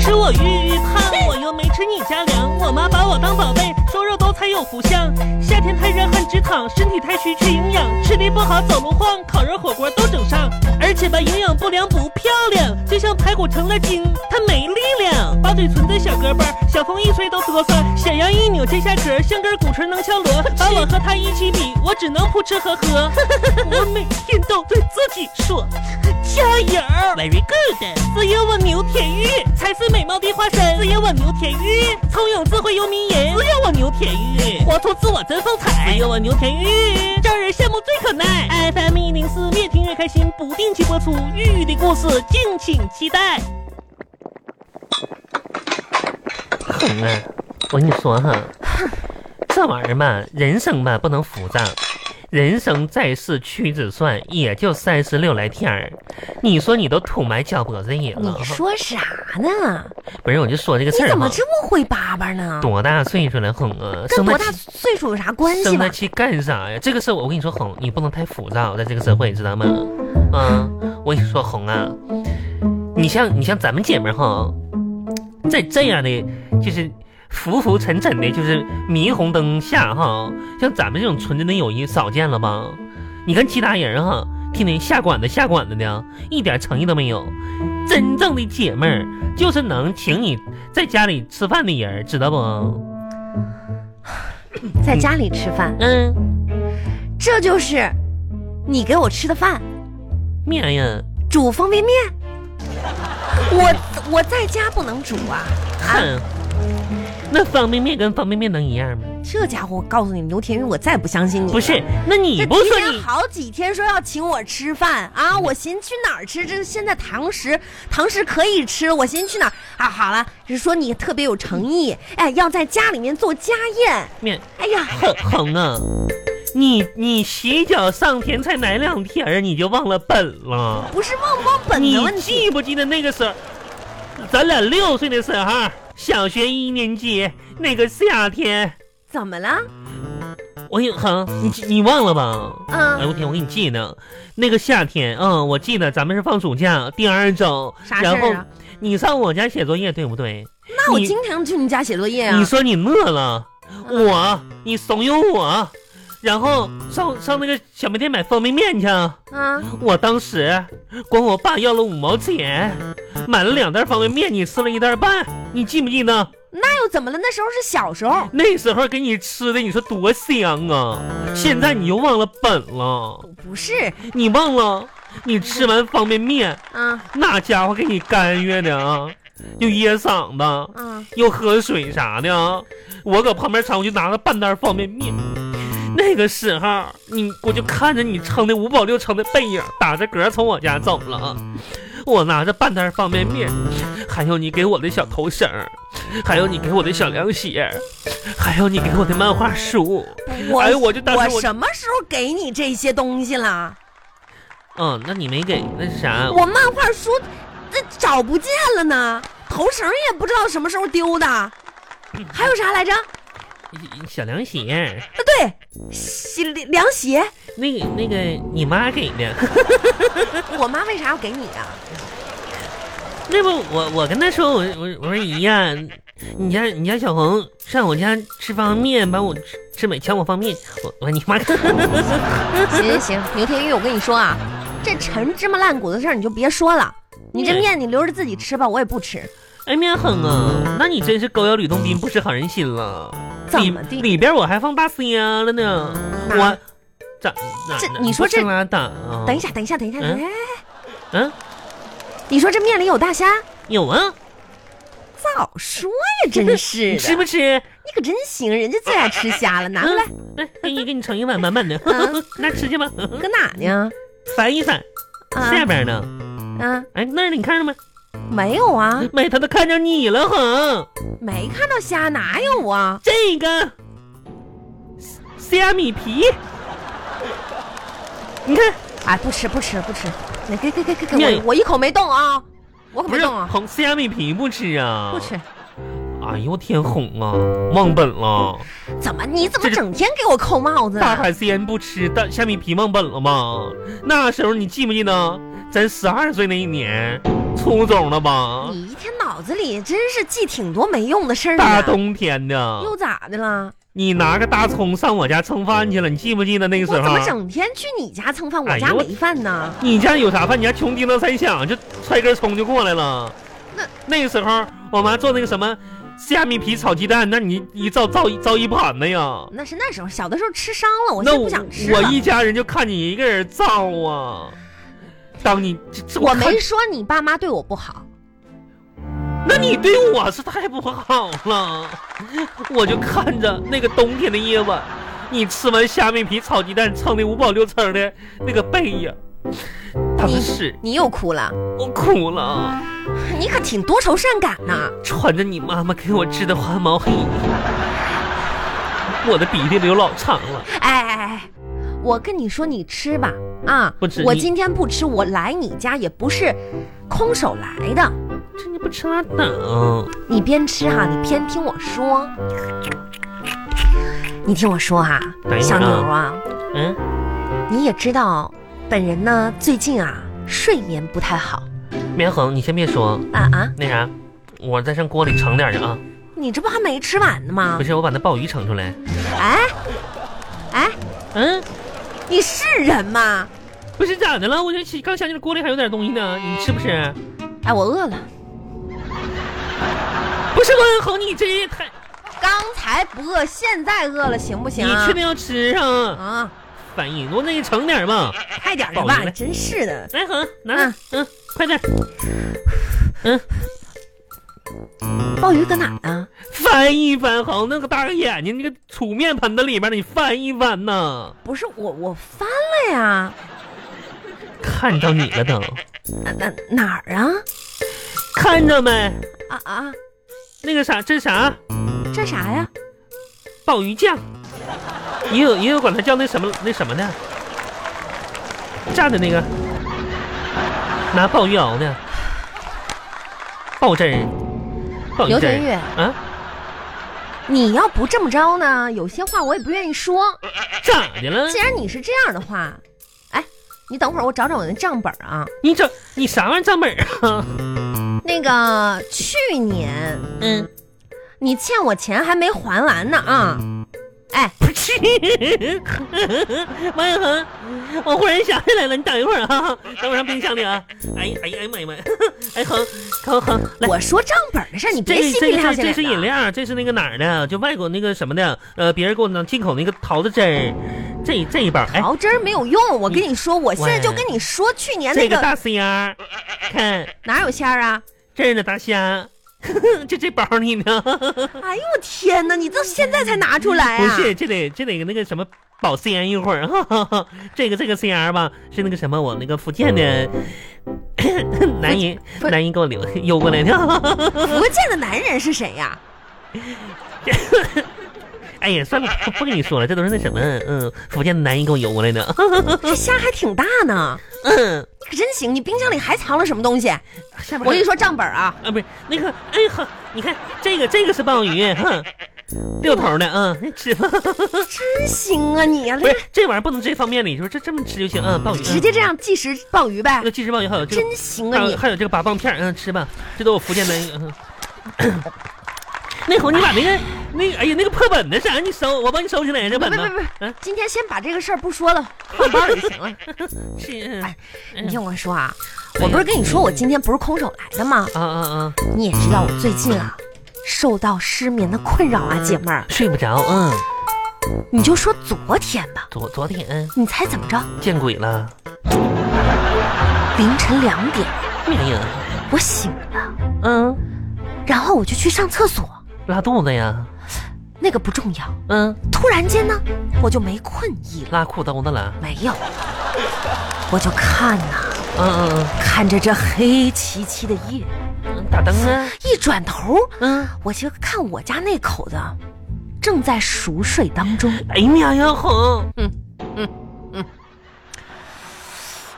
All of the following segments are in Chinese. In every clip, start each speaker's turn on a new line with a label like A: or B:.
A: 吃我郁郁胖，我又没吃你家粮。我妈把我当宝贝，说肉包才有福相。夏天太热汗直淌，身体太虚缺营养，吃力不好走路晃，烤肉火锅都整上。而且吧，营养不良不漂亮，就像排骨成了精，它没力量。把嘴唇在小胳膊，小风一吹都哆嗦，小羊一扭接下壳，像根鼓槌能敲锣。把我和他一起比，我只能扑哧呵 呵。我每天都对自己说，加油，very good。只有我牛田玉才是美貌的化身，只有我牛田玉聪颖智慧又迷人，只有我牛田玉活出自我真风采，只有我牛田玉让人羡慕最可耐。FM 一零四越听越开心，不定期播出玉玉的故事，敬请期待。哼啊，我跟你说哈，这玩意儿吧，人生吧不能浮躁。人生在世屈指算，也就三十六来天儿。你说你都土埋脚脖子里了
B: 你，说啥呢？
A: 不是？我就啊说这个事
B: 你
A: 儿
B: 怎么
A: 哈，
B: 这么会叭叭呢？
A: 多大岁数了，哄啊，
B: 跟
A: 生
B: 多
A: 那
B: 大
A: 气
B: 岁数有啥关系
A: 生
B: 吧
A: 那？气干啥呀？这个事儿我跟你说，哄你不能太浮躁，在这个社会，知道吗？啊，我跟你说，哄啊，你像你像咱们姐妹儿哈，在这样的就是。浮浮沉沉的，就是霓虹灯下哈，像咱们这种纯真的友谊少见了吧？你看其他人哈，天天下馆子下馆子的，一点诚意都没有。真正的姐妹儿就是能请你在家里吃饭的人儿，知道不？
B: 在家里吃饭，
A: 嗯，
B: 这就是你给我吃的饭，
A: 面呀，
B: 煮方便面。我我在家不能煮啊！
A: 哼，那方便面跟方便面能一样吗？
B: 这家伙，我告诉你，牛田玉，我再不相信你了。
A: 不是，那你
B: 这
A: 不
B: 提
A: 说
B: 前
A: 你
B: 好几天说要请我吃饭啊！我寻去哪儿吃？这现在堂食，堂食可以吃。我寻去哪儿啊？好了，是说你特别有诚 意，哎，要在家里面做家宴。
A: 面
B: 哎呀，
A: 哼哼啊，你你洗脚上天才哪两天儿你就忘了本了？
B: 不是忘不忘本
A: 你
B: 的问题，
A: 记不记得那个时候，咱俩六岁的时候，小学一年级那个夏天，
B: 怎么了？
A: 我也哼，你记你忘了吧？
B: 嗯
A: 哎，我天，我给你记呢。那个夏天，嗯，我记得咱们是放暑假第二周，
B: 啥事儿
A: 然
B: 啊
A: 后你上我家写作业，对不对？
B: 那我
A: 你
B: 经常去你家写作业啊
A: 你。说你饿了，
B: 嗯
A: 我你怂恿我，然后上上那个小卖店买方便面去。
B: 啊，
A: 我当时管我爸要了五毛钱，买了两袋方便面，你吃了一袋半，你记不记得？
B: 那哎又怎么了？那时候是小时候，
A: 那时候给你吃的，你说多香啊！现在你又忘了本了。
B: 不是
A: 你忘了，你吃完方便面，
B: 啊
A: 那家伙给你干哕的啊，又噎嗓子，
B: 啊，
A: 又喝水啥的啊。我搁旁边尝，我就拿了半袋方便面。那个时候，你我就看着你撑的五保六撑的背影，打着嗝从我家走了。我拿着半袋方便面，还有你给我的小头绳儿，还有你给我的小凉鞋，还有你给我的漫画书。
B: 我
A: 哎，我就当时
B: 我
A: 我，
B: 什么时候给你这些东西了？
A: 嗯，那你没给，那啥，
B: 我漫画书这找不见了呢，头绳也不知道什么时候丢的，还有啥来着？啊，
A: 小凉鞋，
B: 对，鞋凉鞋，
A: 那个那个你妈给的，
B: 我妈为啥要给你啊？
A: 那不我我跟她说我我我说姨呀、你家你家小红上我家吃方便面，把我吃吃美抢我方便面，我我你妈
B: 行行行，牛天玉，我跟你说啊，这陈芝麻烂谷的事儿你就别说了，你这
A: 嗯
B: 面你留着自己吃吧，我也不吃。
A: 哎面狠
B: 嗯
A: 啊！那你真是狗咬吕洞宾，不识好人心了。
B: 怎么地
A: 里里边我还放大虾了呢，
B: 哪
A: 我咋哪
B: 这
A: 哪
B: 你说
A: 不是
B: 这
A: 拉倒啊？
B: 等一，下，等一下，等一下，等一下，
A: 嗯
B: 哎
A: 嗯，
B: 你说这面里有大虾？
A: 有啊，
B: 早说呀，真是
A: 你
B: 的，
A: 吃不吃？
B: 你可真行，人家最爱吃虾了，拿 过来，
A: 来，给你给你盛一碗满满的
B: 嗯，
A: 那吃去吧，
B: 搁哪呢？
A: 翻一翻，
B: 啊
A: 下边呢。
B: 啊，
A: 哎，那儿你看着没？
B: 没有啊。
A: 妹，他都看着你了，哼！
B: 没看到虾，哪有啊？
A: 这个虾米皮，你看
B: 哎，不吃不吃不吃，来给给给给给
A: 面
B: 我我一口没动啊，我可
A: 不
B: 没
A: 是
B: 动啊，
A: 红虾米皮不吃啊？
B: 不。吃。
A: 哎呦我天，哄啊，忘本了。
B: 怎么你怎么
A: 这是
B: 整天给我扣帽子啊？
A: 大海鲜不吃，但虾米皮忘本了吗？那时候你记不记得？咱十二岁那一年，初中了吧？
B: 你一天脑子里真是记挺多没用的事儿
A: 大
B: 啊！
A: 冬天的，
B: 又咋的了？
A: 你拿个大葱上我家蹭饭去了，你记不记得那个
B: 我
A: 时候？
B: 怎么整天去你家蹭饭，我
A: 哎
B: 家
A: 呦我
B: 没饭呢？
A: 你家有啥饭？你家穷叮当三响，就揣根葱就过来了。
B: 那
A: 那个时候，我妈做那个什么虾米皮炒鸡蛋，那你一造造造一盘子呀。
B: 那是那时候，小的时候吃伤了，我现
A: 那
B: 在不想吃
A: 我
B: 了。
A: 一家人就看你一个人造啊。当你这这
B: 我
A: 看
B: 没说你爸妈对我不好，
A: 那你对我是太不好了， 我就看着那个冬天的夜晚，你吃完虾米皮炒鸡蛋蹭的五饱六撑的那个背影，当时
B: 你又哭了，
A: 我哭了，
B: 你可挺多愁善感呐。
A: 穿着你妈妈给我织的花毛衣，我的鼻涕流老长了。
B: 哎哎哎，我跟你说，你吃吧啊！
A: 不吃
B: 我
A: 你
B: 今天不吃，我来你家也不是空手来的。
A: 这你不吃拉倒，
B: 你边吃哈、你边听我说。你听我说哈、
A: 等一会儿
B: 小
A: 啊
B: 牛啊，
A: 嗯，
B: 你也知道，本人呢最近啊睡眠不太好
A: 棉恒，你先别说，
B: 啊啊！
A: 那啥，我再上锅里盛点去啊。
B: 你这不还没吃完呢吗
A: 不？是，我把那鲍鱼盛出来。
B: 哎哎，
A: 嗯。
B: 你是人吗？
A: 不是咋的了？我就起刚想起来锅里还有点东西呢，你吃不吃？
B: 哎，我饿了，
A: 不是万恒，你这也太……
B: 刚才不饿，现在饿了，行不行
A: 你
B: 啊？
A: 确定要吃啊？
B: 啊，
A: 反应，我那你盛点吧。
B: 快点儿的
A: 宝
B: 吧
A: 贝，
B: 真是的。
A: 来，恒，拿来，嗯，快点。嗯，
B: 鲍鱼搁哪儿呢？
A: 翻一翻，恒，那个大个眼睛，那个杵面盆子里边的，你翻一翻呐。
B: 不是我，我翻了呀。
A: 看着你了都，
B: 哪哪哪儿啊？
A: 看着没？
B: 啊啊，
A: 那个啥，这啥
B: 这啥呀？
A: 鲍鱼酱，也有也有管它叫那什么那什么的，蘸的那个，拿鲍鱼熬的，鲍汁儿，鲍鱼
B: 刘
A: 汁
B: 天
A: 儿
B: 宇，
A: 啊，
B: 你要不这么着呢，有些话我也不愿意说。
A: 咋的了
B: 既？然你是这样的话，哎，你等会儿我找找我那账本儿啊。
A: 你整你啥玩意儿账本儿啊？
B: 那个去年
A: 嗯，
B: 你欠我钱还没还完呢啊！哎，
A: 不是，
B: 嗯
A: 王永恒，我忽然想起来了，你等一会儿啊，等我上冰箱里啊。哎呀哎呀哎呀妈呀妈 呀！哎恒恒恒，来。
B: 我说账本儿的事儿，你别
A: 这
B: 嬉
A: 这
B: 皮
A: 这
B: 撂下
A: 这是饮
B: 脸了。
A: 料，这是那个哪儿的？啊就外国那个什么的，呃，别人给我弄进口那个桃子汁儿，这这一包，哎，
B: 熬汁儿没有用，我跟你说，我现在就
A: 喂
B: 跟你说，去年那
A: 这个
B: 个
A: 大虾，看
B: 哪有馅儿啊？
A: 这儿呢大虾， 就这包你呢，
B: 哎呦我天哪，你到现在才拿出来
A: 嗯不
B: 啊？
A: 是，这得这得那个什么保鲜一会儿， 哈哈哈这个这个 CR 吧，是那个什么我那个福建 的。男人，
B: 不
A: 男人给我留邮过来的，
B: 福建的男人是谁呀、
A: 哎呀，算了，不跟你说了，这都是那什么，嗯，福建的男人给我邮过来的，
B: 这虾还挺大呢，
A: 嗯，
B: 你可真行！你冰箱里还藏了什么东西？
A: 下边
B: 我跟你说账本儿啊，
A: 啊，不是那个，哎哈，你看这个，这个是鲍鱼， 哼，六头的，嗯，吃 吧。
B: 真行啊你啊，
A: 不是这玩意儿不能这放面里，就是这这么吃就行，嗯，鲍鱼，嗯
B: 直接这样即食鲍鱼呗
A: 这，个即食鲍鱼，还有嗯这个，
B: 真行
A: 还
B: 啊
A: 有
B: 你！
A: 还有这个八棒片儿，嗯，吃吧，这都我福建的。 嗯那红，你把那个那个，哎呀，那个破本子啥，你收，我帮你收起来，这本子。
B: 不不不
A: 嗯，
B: 今天先把这个事儿不说了，放包里就行了。
A: 是，
B: 哎
A: 嗯
B: 你听我说啊，
A: 哎呀
B: 我不是跟你说我今天不是空手来的吗？
A: 啊啊啊，
B: 你也知道我最近啊，受到失眠的困扰啊，姐妹儿，
A: 睡不着，嗯，
B: 你就说昨天吧，
A: 昨昨天嗯
B: 你猜怎么着？
A: 见鬼了，
B: 凌晨两点
A: 哎呀，
B: 我醒了，
A: 嗯，
B: 然后我就去上厕所，
A: 拉肚子呀，
B: 那个不重要。
A: 嗯，
B: 突然间呢，我就没困意了，
A: 拉裤兜子了，
B: 没有，我就看呐、
A: 嗯嗯嗯。
B: 看着这黑漆漆的夜，
A: 打灯啊，
B: 一转头，
A: 嗯，
B: 我就看我家那口子正在熟睡当中，
A: 哎呀妈呀，红，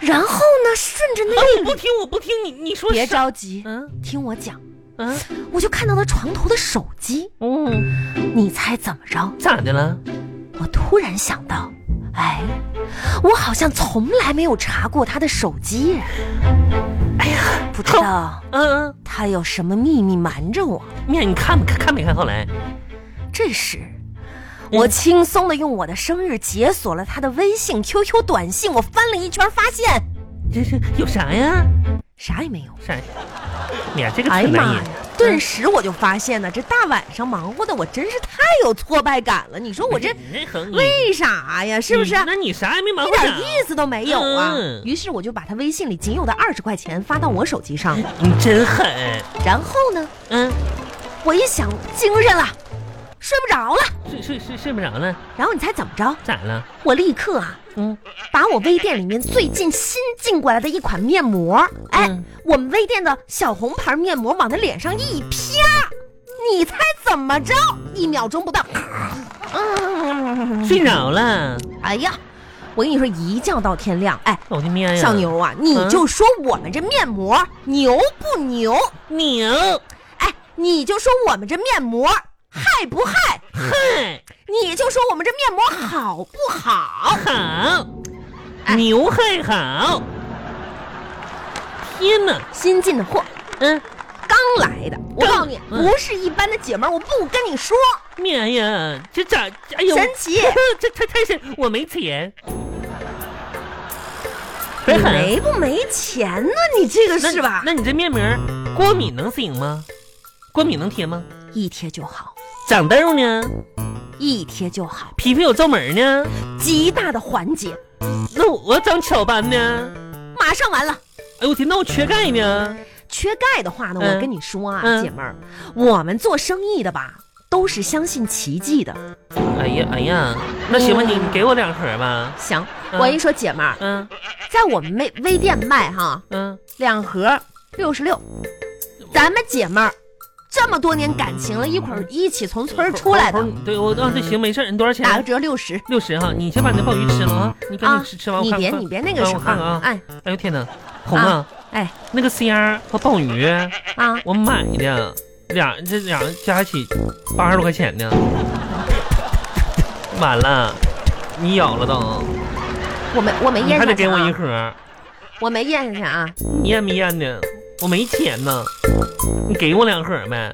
B: 然后呢，顺着
A: 啊，
B: 那
A: 我不听，我不听你，你说
B: 别
A: 啥？
B: 着急，
A: 嗯
B: 听我讲，
A: 嗯
B: 我就看到他床头的手机，
A: 嗯，
B: 你猜怎么着？
A: 咋的了？
B: 我突然想到，哎，我好像从来没有查过他的手机，哎呀，不知道
A: 嗯
B: 他他有什么秘密瞒着我？
A: 面你看没看看没看后来？
B: 这时，我
A: 嗯
B: 轻松的用我的生日解锁了他的微信、QQ 短信。我翻了一圈，发现
A: 这是有啥哎呀？
B: 啥也没有。
A: 啥呀？你呀，这个
B: 哎呀
A: 挺
B: 妈
A: 难
B: 呀
A: 忍。！
B: 顿时我就发现呢，这大晚上忙活的我真是太有挫败感了。你说我这
A: 你横你
B: 为啥呀？是不是？
A: 你那你啥也没忙
B: 一
A: 活
B: 点
A: 啥？
B: 意思都没有啊！
A: 嗯
B: 于是我就把他微信里仅有的二十块钱发到我手机上，
A: 你真狠。
B: 然后呢，
A: 嗯，
B: 我一想精神了，睡不着了。
A: 睡睡睡睡不着了，
B: 然后你猜怎么着？
A: 咋了？
B: 我立刻啊，
A: 嗯，
B: 把我微店里面最近新进过来的一款面膜，哎，
A: 嗯
B: 我们微店的小红牌面膜往他脸上一啪，你猜怎么着？一秒钟不到，嗯，
A: 睡着了。
B: 哎呀，我跟你说，一觉到天亮，哎，
A: 我的妈呀！
B: 小牛啊，你
A: 嗯
B: 就说我们这面膜牛不牛？
A: 牛，
B: 哎，你就说我们这面膜害不害？
A: 嗨，
B: 你就说我们这面膜好不好？
A: 好，
B: 哎
A: 牛还好。天哪，
B: 新进的货，
A: 嗯，
B: 刚来的，我告诉你，
A: 嗯
B: 不是一般的姐们儿，我不跟你说，
A: 妈呀，这咋？哎呦，
B: 神 奇
A: 这太太神，我没钱。
B: 你
A: 很
B: 没不没钱呢？你这个
A: 那
B: 是吧？
A: 那你这面膜过敏能行吗？过敏能贴吗？
B: 一贴就好，
A: 长痘呢？
B: 一贴就好，
A: 皮肤有皱纹呢？
B: 极大的缓解，
A: 那我我长雀斑呢？
B: 马上完了。
A: 哎呦我天，那我缺钙呢？
B: 缺钙的话呢，
A: 嗯
B: 我跟你说啊，
A: 嗯
B: 姐们儿，我们做生意的吧，都是相信奇迹的。
A: 哎呀哎呀，那行吧，你你给我两盒吧。
B: 行，
A: 嗯
B: 我跟你说，姐们儿，
A: 嗯
B: 在我们微微店卖哈，
A: 嗯，
B: 两盒六十六，咱们姐们儿这么多年感情了，一块儿一起从村儿出来的，。
A: 对，我啊对行没事儿，你多少钱？
B: 打个折六十
A: 六十哈，你先把你的鲍鱼吃了啊，你赶
B: 啊
A: 紧吃吃完，！我
B: 你
A: 看
B: 别
A: 看
B: 你别那个
A: 啊
B: 什
A: 我看看
B: 么
A: 啊，
B: 哎
A: 哎呦天哪，红啊，
B: 哎
A: 那个虾和鲍鱼
B: 啊，
A: 我买的，俩这俩加起八十多块钱呢，完了，你咬了都，
B: 我没我没
A: 你
B: 咽
A: 嗯还
B: 下
A: 得给
B: 去
A: 我一
B: 啊，
A: 盒，
B: 我没咽下去啊，
A: 你咽没咽呢？我没钱呢，你给我两盒呗。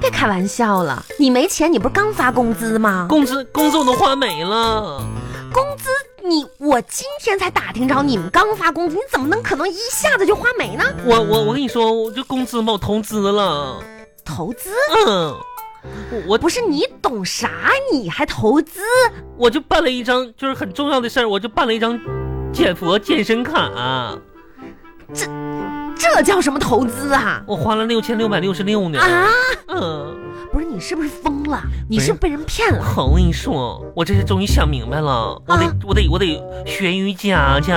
B: 别开玩笑了，你没钱，你不是刚发工资吗？
A: 工资工资我都花没了，
B: 工资你我今天才打听着你们刚发工资，你怎么能可能一下子就花没呢？
A: 我我我跟你说，我这工资嘛，我投资了，
B: 投资
A: 嗯，我我
B: 不是你懂啥，你还投资？
A: 我就办了一张，就是很重要的事儿，我就办了一张减佛健身卡，啊
B: 这叫什么投资啊？
A: 我花了六千六百六十六呢。
B: 啊，
A: 嗯，
B: 不是你是不是疯了？你是不是被人骗了？
A: 好，我跟你说，我这是终于想明白了，我得、
B: 啊
A: 我得我得学瑜伽去。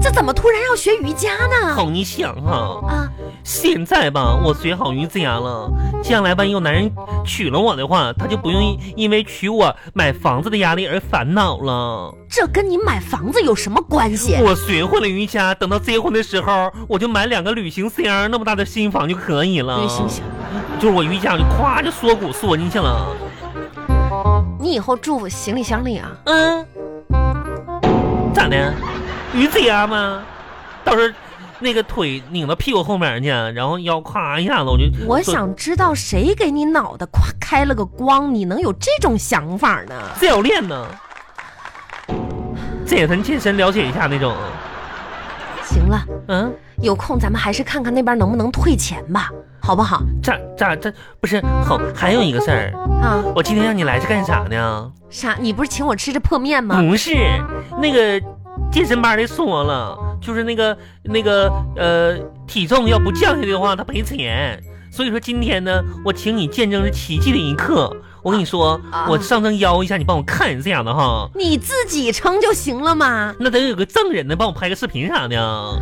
B: 这怎么突然要学瑜伽呢？
A: 好，你想啊，
B: 啊，
A: 现在吧，我学好瑜伽了，将来万一有男人娶了我的话，他就不用因因为娶我买房子的压力而烦恼了。
B: 这跟你买房子有什么关系？
A: 我学会了瑜伽，等到结婚的时候，我就买两个旅行箱那么大的新房就可以了。
B: 行行，
A: 就是我瑜伽，我就咵就缩骨缩进去了。
B: 你以后住行李箱 里啊。
A: 嗯，咋的？瑜伽吗？到时候那个腿拧到屁股后面去，然后腰咵一下子，我就
B: 我
A: 坐
B: 想知道谁给你脑袋夸开了个光，你能有这种想法呢？
A: 教练呢，健身健身了解一下那种。
B: 行了，
A: 嗯，
B: 有空咱们还是看看那边能不能退钱吧，好不好？
A: 咋咋咋？不是好，还有一个事儿，
B: 啊，
A: 我今天让你来是干啥呢？
B: 啥？你不是请我吃这破面吗？
A: 不是，那个健身班的说了，就是那个那个呃，体重要不降下去的话，他赔钱。所以说今天呢，我请你见证这奇迹的一刻。我跟你说，
B: 啊
A: 我上升腰一下，你帮我看一下子哈。
B: 你自己称就行 了嘛。
A: 那得有个证人呢，帮我拍个视频啥的。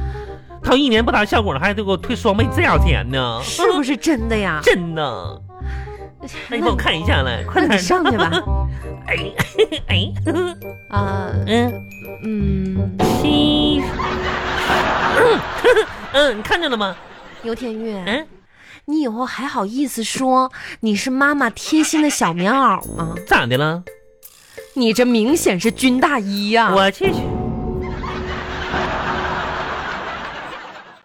A: 他要一年不达效果了，还得给我退双倍这样钱呢，
B: 是不是真的呀？
A: 真的。那你帮我看一下来，快
B: 那
A: 点
B: 你上去 吧。
A: 哎哎，
B: 啊，
A: 嗯。
B: 嗯，
A: 七， 嗯，你看见了吗？
B: 牛天月，
A: 嗯，
B: 你以后还好意思说你是妈妈贴心的小棉袄吗？
A: 咋的了？
B: 你这明显是军大衣呀、
A: 我去去，